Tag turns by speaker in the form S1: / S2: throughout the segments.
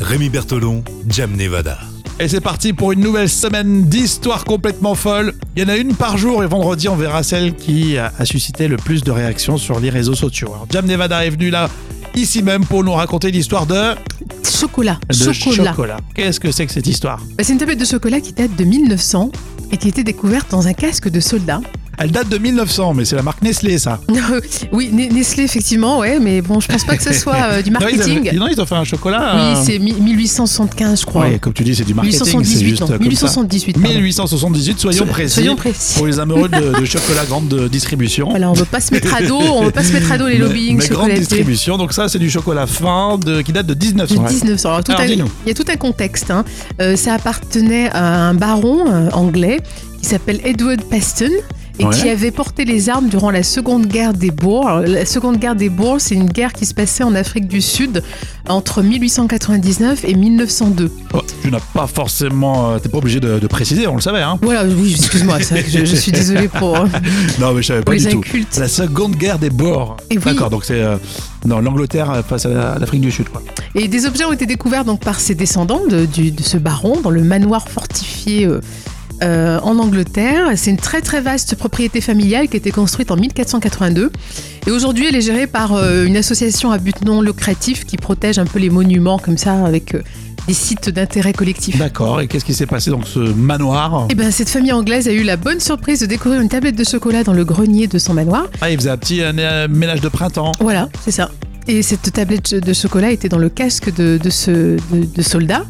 S1: Rémi Bertolon, Jam Nevada.
S2: Et c'est parti pour une nouvelle semaine d'histoires complètement folles. Il y en a une par jour et vendredi, on verra celle qui a a suscité le plus de réactions sur les réseaux sociaux. Alors, Jam Nevada est venu là, ici même, pour nous raconter l'histoire de,
S3: Chocolat.
S2: de chocolat. Qu'est-ce que c'est que cette histoire
S3: Bah, C'est une tablette de chocolat qui date de 1900 et qui a été découverte dans un casque de soldat.
S2: Elle date de 1900, mais c'est la marque Nestlé, ça.
S3: oui, Ne- Nestlé, effectivement, ouais, mais bon, je pense pas que ce soit euh, du
S2: Non, ils avaient-
S3: marketing.
S2: Non, ils ont fait un chocolat.
S3: Oui,
S2: euh,
S3: c'est mi- 1875, je crois.
S2: ouais, comme tu dis, c'est du marketing. C'est
S3: 1878,
S2: juste
S3: non,
S2: euh, comme ça.
S3: 1878. pardon.
S2: 1878, soyons précis.
S3: Soyons précis.
S2: Pour les amoureux de, de chocolat grande de distribution.
S3: Voilà, on veut pas se mettre à dos, on veut pas se mettre à dos les lobbying
S2: mais grande
S3: chocolatés.
S2: distribution, donc ça c'est du chocolat fin de, qui date de 1900.
S3: De 1900. Alors, tout
S2: Alors,
S3: un-
S2: dis-nous.
S3: il y a tout un contexte. hein. Euh, ça appartenait à un baron euh, anglais qui s'appelle Edward Paston et
S2: Ouais.
S3: qui avait porté les armes durant la Seconde Guerre des Boers. Alors, La Seconde Guerre des Boers, c'est une guerre qui se passait en Afrique du Sud entre 1899 et 1902.
S2: Oh, tu n'as pas forcément, euh, t'es pas obligé de, de préciser, on le savait. Hein.
S3: Voilà, oui, excuse-moi, c'est vrai que je, je suis désolée pour, euh,
S2: Non mais je savais
S3: pour
S2: pas
S3: les
S2: du tout.
S3: incultes.
S2: La seconde guerre des Boers.
S3: Et oui.
S2: D'accord, donc c'est euh, non, l'Angleterre euh, face à la- à l'Afrique du Sud. Quoi.
S3: Et des objets ont été découverts donc par ses descendants de, du- de ce baron dans le manoir fortifié euh, euh, en Angleterre. C'est une très très vaste propriété familiale qui a été construite en 1482. Et aujourd'hui, elle est gérée par euh, une association à but non lucratif qui protège un peu les monuments comme ça avec euh, des sites d'intérêt collectif.
S2: D'accord, et qu'est-ce qui s'est passé dans ce manoir
S3: Eh ben, cette famille anglaise a eu la bonne surprise de découvrir une tablette de chocolat dans le grenier de son manoir.
S2: Ah, il faisait un petit euh, ménage de printemps.
S3: Voilà, c'est ça. Et cette tablette de chocolat était dans le casque de, de ce de, de soldat.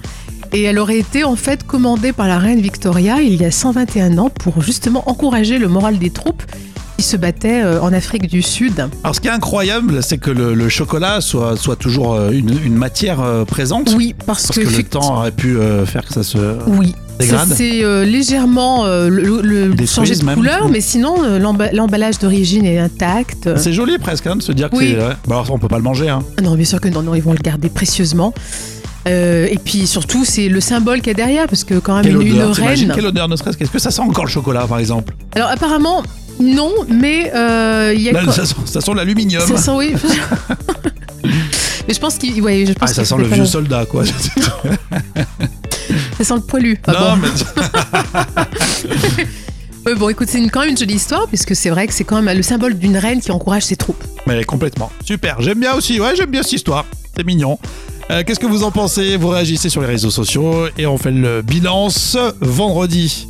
S3: Et elle aurait été en fait commandée par la reine Victoria il y a 121 ans pour justement encourager le moral des troupes qui se battaient euh, en Afrique du Sud.
S2: Alors ce qui est incroyable, c'est que le, le chocolat soit, soit toujours euh, une, une matière euh, présente.
S3: Oui, parce,
S2: Parce que le temps aurait pu euh, faire que ça se...
S3: Oui,
S2: Dégrade.
S3: Ça, c'est euh, légèrement euh, le, le- le-
S2: Détruit,
S3: changer de
S2: même.
S3: couleur, mais sinon euh, l'emba- l'emballage d'origine est intact.
S2: C'est joli presque hein, de se dire que
S3: euh, Oui.
S2: c'est... ouais. Bah, alors, on peut pas le manger. Hein.
S3: Ah Non, bien sûr que non, non, ils vont le garder précieusement. Euh, et puis surtout, c'est le symbole qu'il y a derrière, parce que quand même,
S2: Quelle
S3: une, une
S2: odeur, t'imagines
S3: reine.
S2: Quelle odeur ne serait-ce qu'est-ce que ça sent encore le chocolat par exemple
S3: Alors apparemment, non, mais euh, il y a...
S2: Là,
S3: quoi-
S2: ça, sent, ça sent Ah, l'aluminium.
S3: ça sent, oui. mais je pense qu'il... Ouais, je pense
S2: Ah, ça
S3: que
S2: sent le
S3: c'est pas
S2: vieux
S3: là.
S2: soldat quoi.
S3: Ça sent le poilu. Ah
S2: non
S3: bon.
S2: mais
S3: Ouais, bon, écoute, c'est une- quand même une jolie histoire, puisque c'est vrai que c'est quand même le symbole d'une reine qui encourage ses troupes.
S2: Mais complètement. Super, j'aime bien aussi, ouais, j'aime bien cette histoire. C'est mignon. Euh, Qu'est-ce que vous en pensez Vous réagissez sur les réseaux sociaux et on fait le bilan ce vendredi.